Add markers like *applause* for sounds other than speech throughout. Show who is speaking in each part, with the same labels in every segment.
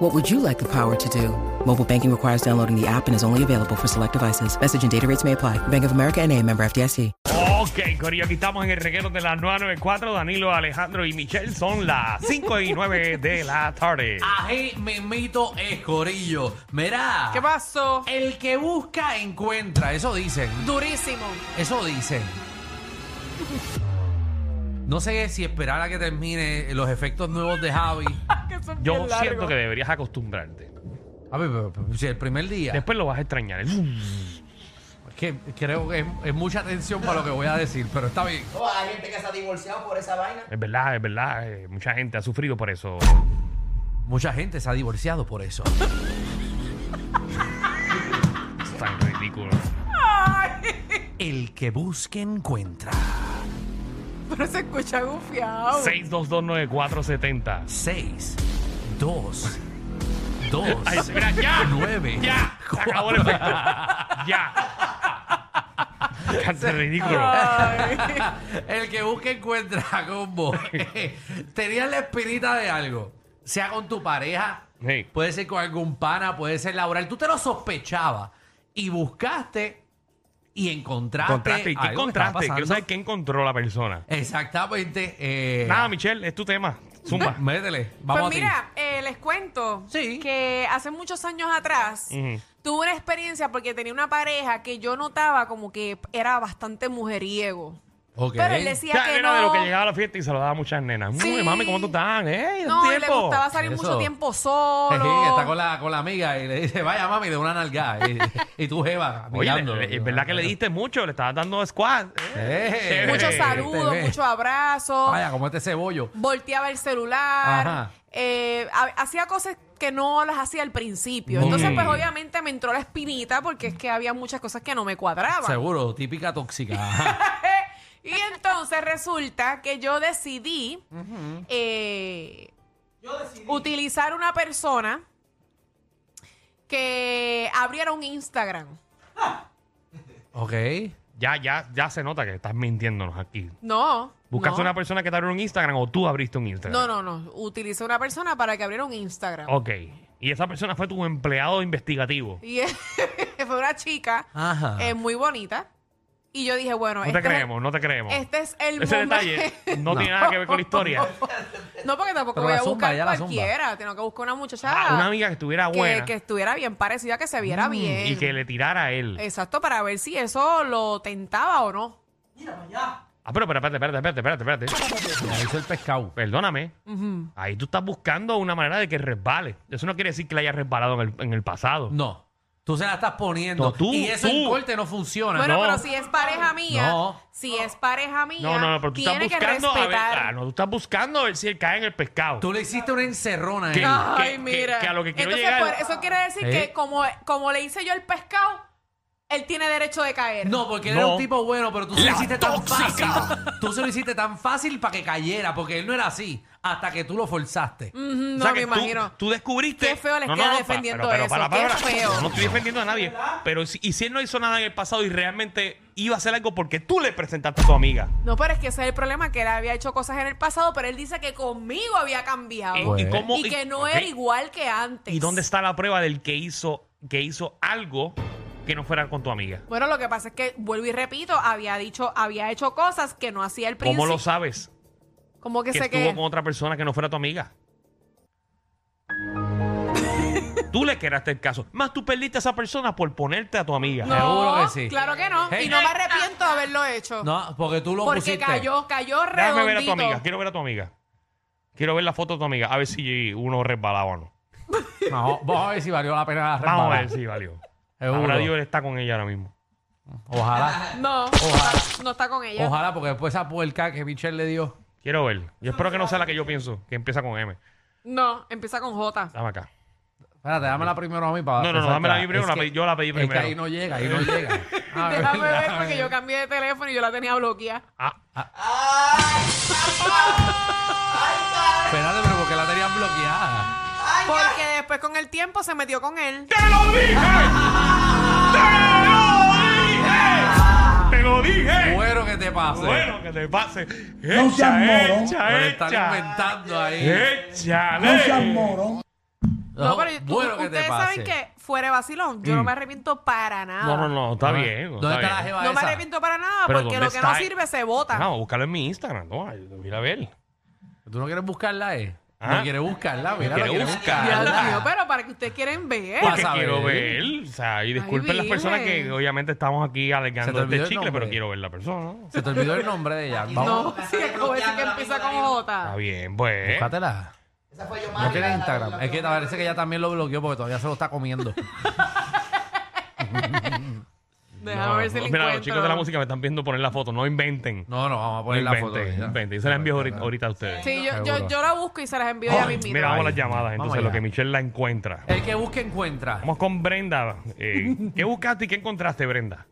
Speaker 1: What would you like the power to do? Mobile banking requires downloading the app and is only available for select devices. Message and data rates may apply. Bank of America and a member FDIC.
Speaker 2: Ok, Corillo, aquí estamos en el reguero de la 994. Danilo, Alejandro y Michelle son las 5 y 9 de la tarde.
Speaker 3: Ají, mimito es corillo. Mirá.
Speaker 4: ¿Qué pasó?
Speaker 3: El que busca, encuentra. Eso dicen.
Speaker 4: Durísimo.
Speaker 3: Eso dicen. No sé si esperar a que termine los efectos nuevos de Javi.
Speaker 2: Yo siento que deberías acostumbrarte.
Speaker 3: A ver, pero- pero si el primer día.
Speaker 2: Después lo vas a extrañar. El-
Speaker 3: Es que creo que es, es mucha atención para lo que voy a decir, pero está bien.
Speaker 5: Oh, hay gente que se ha divorciado por esa vaina.
Speaker 2: Es verdad, es verdad. eh, Mucha gente ha sufrido por eso.
Speaker 3: Mucha gente se ha divorciado por eso.
Speaker 2: Es tan ridículo.
Speaker 3: El que busque, encuentra.
Speaker 4: Pero se escucha gufiado.
Speaker 2: 6229470.
Speaker 3: 6, 2, 2,
Speaker 2: Ay, espera, ya.
Speaker 3: 9.
Speaker 2: Ya. Se acabó el efecto. Ya. Canta ridículo.
Speaker 4: Ay.
Speaker 3: El que busca encuentra
Speaker 2: *laughs*
Speaker 3: combo. Tenías la espinita de algo. Sea con tu pareja,
Speaker 2: Sí.
Speaker 3: puede ser con algún pana, puede ser laboral. Tú te lo sospechabas y buscaste y encontraste.
Speaker 2: Contraste. ¿Y qué
Speaker 3: algo que estaba
Speaker 2: contraste? Quiero
Speaker 3: pasando.
Speaker 2: saber qué encontró la persona.
Speaker 3: Exactamente. eh,
Speaker 2: Nada,
Speaker 3: *laughs*
Speaker 2: Michelle, es tu tema. Zumba.
Speaker 3: métele. Vamos
Speaker 4: Pues
Speaker 3: a ti.
Speaker 4: mira, eh, les cuento
Speaker 3: Sí.
Speaker 4: que hace muchos años atrás
Speaker 2: Ujú.
Speaker 4: tuve una experiencia porque tenía una pareja que yo notaba como que era bastante mujeriego.
Speaker 3: Ok.
Speaker 4: Pero él decía
Speaker 2: Ya,
Speaker 4: que
Speaker 2: era de lo
Speaker 4: no.
Speaker 2: que llegaba a la fiesta y saludaba a muchas nenas.
Speaker 4: Sí.
Speaker 2: Uy, mami, ¿cómo tú estás? ¡Ey,
Speaker 4: no,
Speaker 2: hace
Speaker 4: y le
Speaker 2: tiempo!
Speaker 4: gustaba salir
Speaker 3: Eso.
Speaker 4: mucho tiempo
Speaker 3: Jeje, *laughs* *laughs* Está con
Speaker 4: solo.
Speaker 3: la, con la amiga y le dice, vaya mami, de una nalgada. y, y tú, Jeva,
Speaker 2: *laughs* Oye, le-
Speaker 3: mirando.
Speaker 2: le- es verdad que le diste mucho, le estabas dando squad.
Speaker 3: Eh,
Speaker 4: Muchos
Speaker 2: Eh,
Speaker 4: saludos,
Speaker 3: este,
Speaker 4: muchos abrazos.
Speaker 3: Vaya, como este cebollo.
Speaker 4: volteaba el celular,
Speaker 3: Ajá.
Speaker 4: eh, ha- hacía cosas que no las hacía al principio.
Speaker 3: Mm.
Speaker 4: Entonces, pues obviamente me entró la espinita porque es que había muchas cosas que no me cuadraban.
Speaker 3: Seguro, típica tóxica. *laughs* Ajá.
Speaker 4: Y entonces resulta que yo decidí, eh, utilizar una persona que abriera un Instagram.
Speaker 3: Ok.
Speaker 2: Ya, ya, ya se nota que estás mintiéndonos aquí.
Speaker 4: No.
Speaker 2: ¿Buscaste
Speaker 4: no.
Speaker 2: una persona que te abrió un Instagram o tú abriste un Instagram?
Speaker 4: No, no, no. Utilicé una persona para que abriera un Instagram.
Speaker 2: Ok. Y esa persona fue tu empleado investigativo.
Speaker 4: Y *laughs* fue una chica
Speaker 3: Ajá.
Speaker 4: eh, muy bonita. Y yo dije, bueno,
Speaker 2: Ah. No
Speaker 4: este
Speaker 2: te
Speaker 4: es el-
Speaker 2: creemos, no te creemos.
Speaker 4: Este es el
Speaker 2: Ese
Speaker 4: momento.
Speaker 2: detalle no, tiene nada que ver con la historia.
Speaker 4: *laughs* No, porque tampoco
Speaker 3: Pero
Speaker 4: voy
Speaker 3: la
Speaker 4: a
Speaker 3: zumba,
Speaker 4: buscar
Speaker 3: ya la zumba.
Speaker 4: cualquiera. Tengo que buscar una muchacha
Speaker 2: Ah, una amiga que estuviera
Speaker 4: que,
Speaker 2: buena Mm,
Speaker 4: que estuviera bien parecida, que se viera bien.
Speaker 2: y que le tirara a él.
Speaker 4: Exacto, para ver si eso lo tentaba o no.
Speaker 2: Ah, pero, pero espérate, espérate, espérate, espérate, espérate.
Speaker 3: Ya hizo el pescado.
Speaker 2: Perdóname. Ahí tú estás buscando una manera de que resbale. Eso no quiere decir que le haya resbalado en el, en el pasado.
Speaker 3: No. Tú se la estás poniendo.
Speaker 2: No, tú,
Speaker 3: y eso
Speaker 2: tú.
Speaker 3: en corte no funciona.
Speaker 4: Bueno,
Speaker 3: no.
Speaker 4: pero si es pareja mía,
Speaker 3: No.
Speaker 4: si es pareja mía,
Speaker 2: No, no, no, pero tú estás
Speaker 4: tiene que
Speaker 2: buscando a ver,
Speaker 4: respetar.
Speaker 2: ah, no, tú estás buscando a ver si él cae en el pescado.
Speaker 3: Tú le hiciste una encerrona a
Speaker 2: ¿Qué?
Speaker 3: él.
Speaker 4: Ay,
Speaker 2: que-
Speaker 4: mira.
Speaker 2: que a lo que quiero
Speaker 4: Entonces,
Speaker 2: llegar-
Speaker 4: pues, eso quiere decir
Speaker 3: ¿Eh?
Speaker 4: que como, como le hice yo el pescado, él tiene derecho de caer.
Speaker 3: No, porque él era
Speaker 2: No.
Speaker 3: un tipo bueno, pero tú se lo hiciste tan fácil. Tú se lo hiciste tan fácil para que cayera, porque él no era así, hasta que tú lo forzaste.
Speaker 2: O
Speaker 4: Ujú,
Speaker 2: sea
Speaker 4: Mm, no me
Speaker 2: que tú-
Speaker 4: imagino.
Speaker 2: Tú, descubriste.
Speaker 4: Qué feo les queda
Speaker 2: pa-
Speaker 4: defendiendo
Speaker 2: pero- pero
Speaker 4: eso,
Speaker 2: para la
Speaker 4: qué
Speaker 2: palabra,
Speaker 4: feo.
Speaker 2: yo No estoy defendiendo a nadie. Pero si, y si él no hizo nada en el pasado y realmente iba a hacer algo porque tú le presentaste a tu amiga.
Speaker 4: No, pero es que ese es el problema, que él había hecho cosas en el pasado, pero él dice que conmigo había
Speaker 2: Y-
Speaker 4: cambiado.
Speaker 3: Bueno.
Speaker 2: Eh, y,
Speaker 3: Pues.
Speaker 2: cómo-
Speaker 4: y que no
Speaker 2: ok.
Speaker 4: era igual que antes.
Speaker 2: ¿Y dónde está la prueba del que hizo, que hizo algo que no fuera con tu amiga?
Speaker 4: Bueno, lo que pasa es que, vuelvo y repito, había dicho, había hecho cosas que no hacía el principio.
Speaker 2: ¿Cómo lo sabes?
Speaker 4: Como que,
Speaker 2: Que
Speaker 4: sé
Speaker 2: estuvo
Speaker 4: que...
Speaker 2: con otra persona que no fuera tu
Speaker 4: *laughs*
Speaker 2: amiga. tú le queraste el caso. Más tú perdiste a esa persona por ponerte a tu amiga.
Speaker 3: Seguro que sí.
Speaker 4: claro que no.
Speaker 3: Hey.
Speaker 4: Y no me arrepiento de haberlo hecho.
Speaker 3: No, porque tú lo
Speaker 4: porque
Speaker 3: pusiste.
Speaker 4: cayó, cayó
Speaker 2: Déjame ver a tu
Speaker 4: redondito.
Speaker 2: amiga. Quiero ver a tu amiga. Quiero ver la foto de tu amiga. A ver si uno resbalaba o no.
Speaker 3: No, vamos a ver si valió la pena la
Speaker 2: Vamos a
Speaker 3: resbalada.
Speaker 2: ver si valió.
Speaker 3: Seguro.
Speaker 2: Ahora Dios está con ella ahora mismo.
Speaker 4: *laughs*
Speaker 3: Ojalá,
Speaker 4: No,
Speaker 3: Ojalá.
Speaker 4: no está con ella.
Speaker 3: ojalá, porque después esa puerca que Michelle le dio.
Speaker 2: Quiero ver. Yo espero que no sea la que yo pienso, que empieza con M.
Speaker 4: No, empieza con J.
Speaker 2: Dame acá.
Speaker 3: Espérate, dámela primero a mí para.
Speaker 2: No, no, no,
Speaker 3: para-
Speaker 2: dámela a mí primero,
Speaker 3: Es
Speaker 2: la
Speaker 3: que-
Speaker 2: pedí- yo la pedí
Speaker 3: es
Speaker 2: primero.
Speaker 3: que ahí no llega, ahí no
Speaker 4: *laughs*
Speaker 3: llega. Ah,
Speaker 4: Déjame
Speaker 3: verdad.
Speaker 4: ver porque yo cambié de teléfono y yo la tenía bloqueada.
Speaker 2: Ah,
Speaker 5: ¡Ay,
Speaker 3: Espérate, pero porque la tenían bloqueada.
Speaker 5: ay, ay!
Speaker 4: Porque después con el tiempo se metió con él.
Speaker 2: ¡Te lo dije! ¡Te lo dije! ¡Te lo dije!
Speaker 3: Bueno, que te pase.
Speaker 2: Bueno, que te pase.
Speaker 6: No seas
Speaker 2: Echa,
Speaker 6: moro.
Speaker 3: Pero
Speaker 2: echa,
Speaker 3: están
Speaker 2: echa.
Speaker 3: inventando ahí.
Speaker 6: No seas
Speaker 2: ¡Échale!
Speaker 6: moro.
Speaker 4: No, pero tú-
Speaker 3: bueno, que te
Speaker 4: ustedes
Speaker 3: pase. Mm.
Speaker 4: saben que fuera de vacilón, yo no me arrepiento para nada.
Speaker 2: No, no, no, está bien.
Speaker 3: Ah. ¿Dónde está la
Speaker 2: bien.
Speaker 3: jeva
Speaker 4: No me
Speaker 3: esa?
Speaker 4: arrepiento para nada
Speaker 2: Pero
Speaker 4: porque
Speaker 2: ¿dónde
Speaker 4: lo que
Speaker 2: está?
Speaker 4: no sirve se bota.
Speaker 2: No, búscalo en mi Instagram. No, ay, lo voy a ir a ver.
Speaker 3: ¿Tú no quieres buscarla, eh?
Speaker 2: Ah.
Speaker 3: No quieres buscarla, mira.
Speaker 2: quiere
Speaker 3: no quieres
Speaker 2: buscarla.
Speaker 4: Dios
Speaker 3: buscarla.
Speaker 4: mío, pero para que ustedes quieren ver.
Speaker 3: Pues,
Speaker 2: Porque
Speaker 3: a
Speaker 2: quiero
Speaker 3: ver.
Speaker 2: ver. O sea, y disculpen las
Speaker 4: virgen.
Speaker 2: personas que obviamente estamos aquí
Speaker 3: Se te
Speaker 2: alegando
Speaker 3: olvidó
Speaker 2: este
Speaker 3: el
Speaker 2: chicle,
Speaker 3: nombre.
Speaker 2: pero quiero ver la persona.
Speaker 3: Se te olvidó el nombre de ella. Vamos.
Speaker 4: No, *laughs* sí, acabo de decir que empieza con
Speaker 2: Está
Speaker 4: J.
Speaker 2: bien, pues.
Speaker 3: Búscatela.
Speaker 5: Esa fue yo,
Speaker 3: No
Speaker 5: Mari, la-
Speaker 3: tiene
Speaker 5: la-
Speaker 3: Instagram.
Speaker 5: la-
Speaker 3: es que
Speaker 5: la-
Speaker 3: parece que ella también lo bloqueó porque todavía se lo está comiendo.
Speaker 4: Déjame
Speaker 2: No,
Speaker 4: ver si le
Speaker 2: mira,
Speaker 4: encuentro.
Speaker 2: los chicos de la música me están viendo poner la foto. No inventen.
Speaker 3: No, no, vamos a
Speaker 2: No
Speaker 3: poner la foto.
Speaker 2: inventen.
Speaker 3: de
Speaker 2: no
Speaker 3: ella.
Speaker 2: inventen. Yo se las envío ahorita, ahorita a ustedes.
Speaker 4: Sí, yo,
Speaker 3: Seguro. Oh,
Speaker 4: yo, yo la busco y se las envío ya mismo.
Speaker 2: Mira, vamos a las
Speaker 3: Ay,
Speaker 2: llamadas.
Speaker 3: vamos
Speaker 2: Entonces, lo
Speaker 3: allá.
Speaker 2: que Michelle la encuentra.
Speaker 3: El que busca encuentra.
Speaker 2: Vamos con Brenda. Eh, ¿Qué buscaste y qué encontraste,
Speaker 4: *laughs*
Speaker 2: Brenda?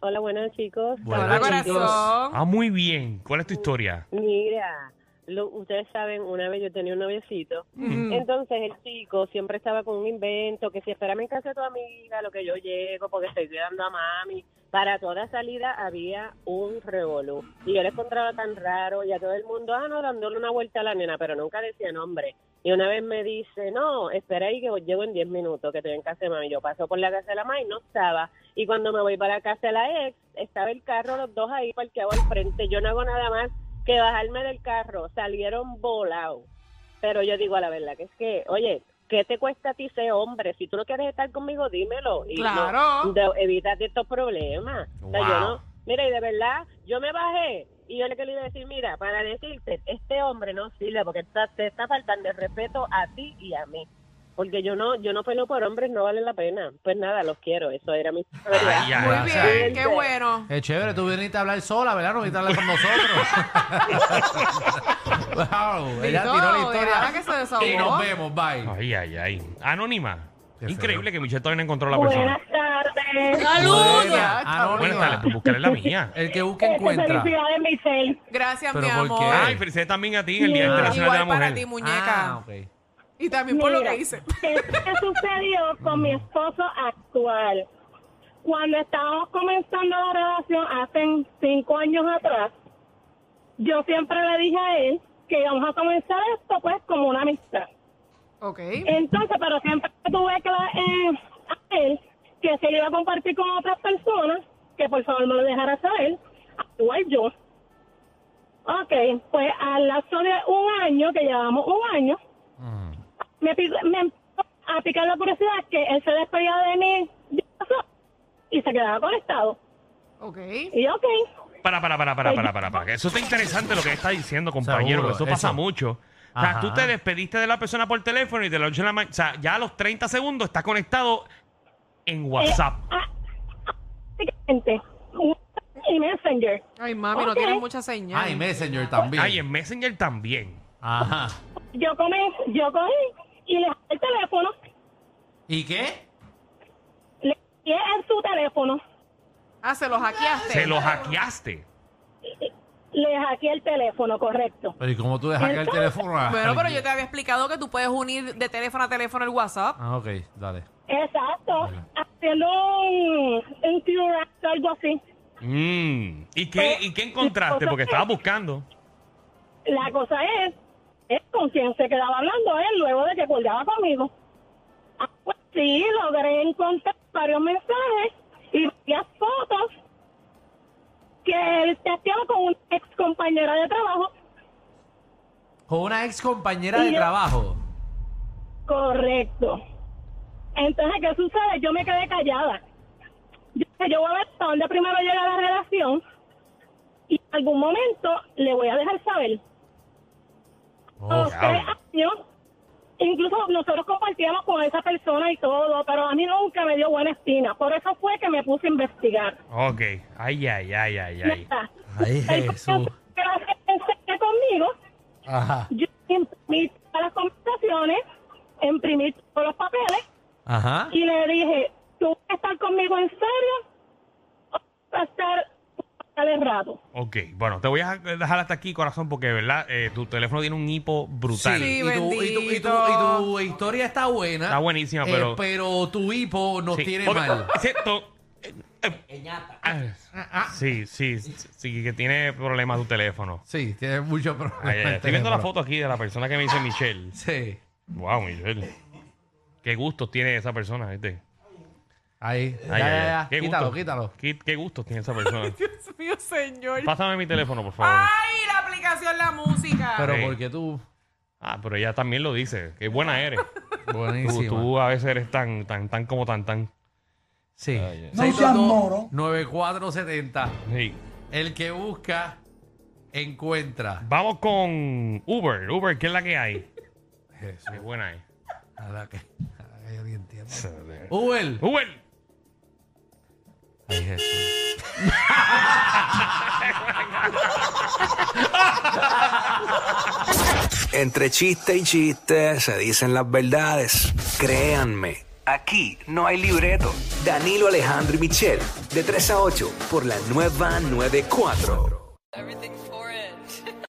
Speaker 7: Hola, buenas chicos.
Speaker 4: Hola,
Speaker 3: Buenas,
Speaker 4: corazón.
Speaker 2: Ah, muy bien. ¿Cuál es tu historia?
Speaker 7: Mira, lo- ustedes saben, una vez yo tenía un noviecito.
Speaker 4: Mm.
Speaker 7: Entonces el chico siempre estaba con un invento, que si espérame en casa de tu amiga, lo que yo llego, porque estoy cuidando a mami. Para toda salida había un revolú. Y yo le encontraba tan raro y a todo el mundo, ah, no, dándole una vuelta a la nena, pero nunca decía nombre. Y una vez me dice, no, espera ahí que llego en 10 minutos, que estoy en casa de mami. Yo paso por la casa de la mamá y no estaba. Y cuando me voy para la casa de la ex, estaba el carro, los dos ahí parqueados al frente. Yo no hago nada más que bajarme del carro. Salieron volados. Pero yo digo a la verdad que es que, oye, ¿qué te cuesta a ti ser hombre? Si tú no quieres estar conmigo, dímelo. Y
Speaker 4: Claro.
Speaker 7: No, de- evítate estos problemas. O sea, yo
Speaker 3: Wow.
Speaker 7: no- mira, y de verdad, yo me bajé y yo le quería decir, mira, para decirte, este hombre no sirve porque está- te está faltando el respeto a ti y a mí. Porque yo no, yo no peleo por hombres, no vale la pena. Pues nada, los quiero. Eso era mi historia.
Speaker 2: Ay, ay,
Speaker 4: Muy
Speaker 2: ay.
Speaker 4: bien, qué bueno.
Speaker 3: Es Eh, chévere, tú viniste a hablar sola, ¿verdad? No viniste a hablar con
Speaker 4: *laughs*
Speaker 3: nosotros. *laughs* wow, ella
Speaker 4: Dito,
Speaker 3: tiró la
Speaker 4: déjala que se
Speaker 3: historia.
Speaker 4: desahogó.
Speaker 3: Y nos vemos, bye.
Speaker 2: Ay, ay, ay. Anónima.
Speaker 3: Qué
Speaker 2: Increíble que Michelle todavía no encontró a la persona.
Speaker 7: Buenas tardes.
Speaker 3: Buena,
Speaker 2: Buenas
Speaker 3: Anónima.
Speaker 2: tardes, pues buscaré la
Speaker 3: *laughs*
Speaker 2: mía.
Speaker 3: El que busca
Speaker 7: Este,
Speaker 3: encuentra.
Speaker 7: Felicidades, Michelle.
Speaker 4: Gracias,
Speaker 3: Pero
Speaker 4: mi
Speaker 3: ¿por
Speaker 4: amor.
Speaker 3: qué?
Speaker 2: Ay, felicidades también a ti en el Día
Speaker 7: Ah.
Speaker 2: Internacional de la
Speaker 4: Igual
Speaker 2: Mujer.
Speaker 4: para ti, muñeca.
Speaker 3: Ah, ok.
Speaker 4: Y también por lo
Speaker 7: Mira,
Speaker 4: que hice.
Speaker 7: *laughs* ¿Qué sucedió con mi esposo actual? Cuando estábamos comenzando la relación hace cinco años atrás, yo siempre le dije a él que íbamos a comenzar esto pues como una amistad.
Speaker 4: Ok.
Speaker 7: Entonces, pero siempre tuve que eh, a él que se iba a compartir con otras personas, que por favor me lo dejara saber, igual yo. Ok, pues al lapso de un año, que llevamos un año, me, pi- me empezó a picar la curiosidad que él se despedía de mí de paso, y se quedaba conectado.
Speaker 4: Ok.
Speaker 7: Y yo, ok,
Speaker 2: Para, para, para, para, para, para, para. Eso está interesante lo que está diciendo, compañero.
Speaker 3: Seguro,
Speaker 2: porque eso pasa
Speaker 3: eso.
Speaker 2: mucho. O sea,
Speaker 3: Ajá.
Speaker 2: tú te despediste de la persona por teléfono y de la noche a la mañana. O sea, ya a los 30 segundos está conectado en WhatsApp.
Speaker 7: prácticamente, y Messenger.
Speaker 4: Ay, mami, no
Speaker 7: Ok.
Speaker 4: tienes mucha señal.
Speaker 3: Ay, Ah, Messenger también.
Speaker 2: Ay, en Messenger también.
Speaker 3: Ajá.
Speaker 7: Yo comí, yo cogí y le dejé el teléfono,
Speaker 3: ¿Y qué?
Speaker 7: le dejé en su teléfono.
Speaker 4: Ah, se lo hackeaste.
Speaker 2: Se lo hackeaste.
Speaker 7: Le hackeé el teléfono, correcto.
Speaker 3: Pero ¿y cómo tú dejas que el teléfono? Ah, a
Speaker 4: Bueno, pero
Speaker 3: alguien?
Speaker 4: yo te había explicado que tú puedes unir de teléfono a teléfono el WhatsApp.
Speaker 3: Ah, ok, dale.
Speaker 7: Exacto. Haciendo un, un cure act, algo así.
Speaker 2: Mm. ¿Y, qué, ¿Y qué encontraste? Porque estabas buscando.
Speaker 7: La cosa es, es con quien se quedaba hablando él luego de que colgaba conmigo. Ah, pues sí, logré encontrar varios mensajes y varias fotos que él testeaba con una ex compañera de trabajo.
Speaker 3: Con una ex compañera
Speaker 7: Y
Speaker 3: de
Speaker 7: yo-
Speaker 3: trabajo.
Speaker 7: Correcto. Entonces, ¿qué sucede? Yo me quedé callada. Yo, dije, yo voy a ver hasta dónde primero llega la relación y en algún momento le voy a dejar saber.
Speaker 3: Oh,
Speaker 7: Los tres años, incluso nosotros compartíamos con esa persona y todo, pero a mí nunca me dio buena espina. Por eso fue que me puse a investigar.
Speaker 2: Ok. Ay, ay, ay, ay, ay.
Speaker 7: Nada.
Speaker 3: Ay,
Speaker 7: Él
Speaker 3: Jesús.
Speaker 7: pero él se enseña conmigo,
Speaker 3: Ajá.
Speaker 7: yo imprimí todas las conversaciones,
Speaker 8: imprimir todos los papeles
Speaker 3: Ajá.
Speaker 8: y le dije, ¿tú vas a estar conmigo en serio o vas a estar al errado?
Speaker 2: Ok, bueno, te voy a dejar hasta aquí, corazón, porque, ¿verdad? Eh, tu teléfono tiene un hipo brutal.
Speaker 3: y,
Speaker 4: Sí.
Speaker 3: tu, y, tu, y, tu, y tu historia está buena. eh,
Speaker 2: Está buenísima, pero-
Speaker 3: pero tu hipo nos
Speaker 2: Sí,
Speaker 3: tiene
Speaker 2: porque-
Speaker 3: mal.
Speaker 2: eh, Sí, to- Ah, sí, sí, sí, sí, que tiene problemas tu
Speaker 3: *laughs*
Speaker 2: teléfono.
Speaker 3: Sí, tiene mucho
Speaker 2: Ay, ay,
Speaker 3: problema.
Speaker 2: estoy viendo la foto aquí de la persona que me dice Michelle.
Speaker 3: Sí.
Speaker 2: Wow, Michelle. Qué gustos tiene esa persona, ¿viste?
Speaker 3: Ahí.
Speaker 2: Ay,
Speaker 3: ya,
Speaker 2: ay,
Speaker 3: ya,
Speaker 2: ay.
Speaker 3: ya.
Speaker 2: Qué
Speaker 3: Quítalo,
Speaker 2: gustos-
Speaker 3: quítalo.
Speaker 2: Qué, qué gustos tiene esa persona.
Speaker 4: *laughs* Dios mío, señor.
Speaker 2: Pásame mi teléfono, por favor.
Speaker 4: ¡Ay, la aplicación La Música!
Speaker 3: Pero
Speaker 2: Sí.
Speaker 3: porque tú.
Speaker 2: Ah, pero ella también lo dice. Qué buena eres. Tú,
Speaker 3: Buenísimo.
Speaker 2: tú a veces eres tan, tan, tan como tan, tan.
Speaker 3: Sí.
Speaker 6: No seas moro.
Speaker 3: 9470.
Speaker 2: Sí.
Speaker 3: El que busca, encuentra.
Speaker 2: Vamos con Uber. Uber, ¿qué es la que hay?
Speaker 3: Jesús.
Speaker 2: Qué buena es.
Speaker 3: A la que. a la que yo ni entiendo. Uber.
Speaker 2: Uber.
Speaker 3: Ay, Jesús.
Speaker 9: Entre chiste y chiste se dicen las verdades. Créanme, aquí no hay libreto. Danilo Alejandro y Michel, de 3 a 8, por la nueva 94.
Speaker 10: Everything for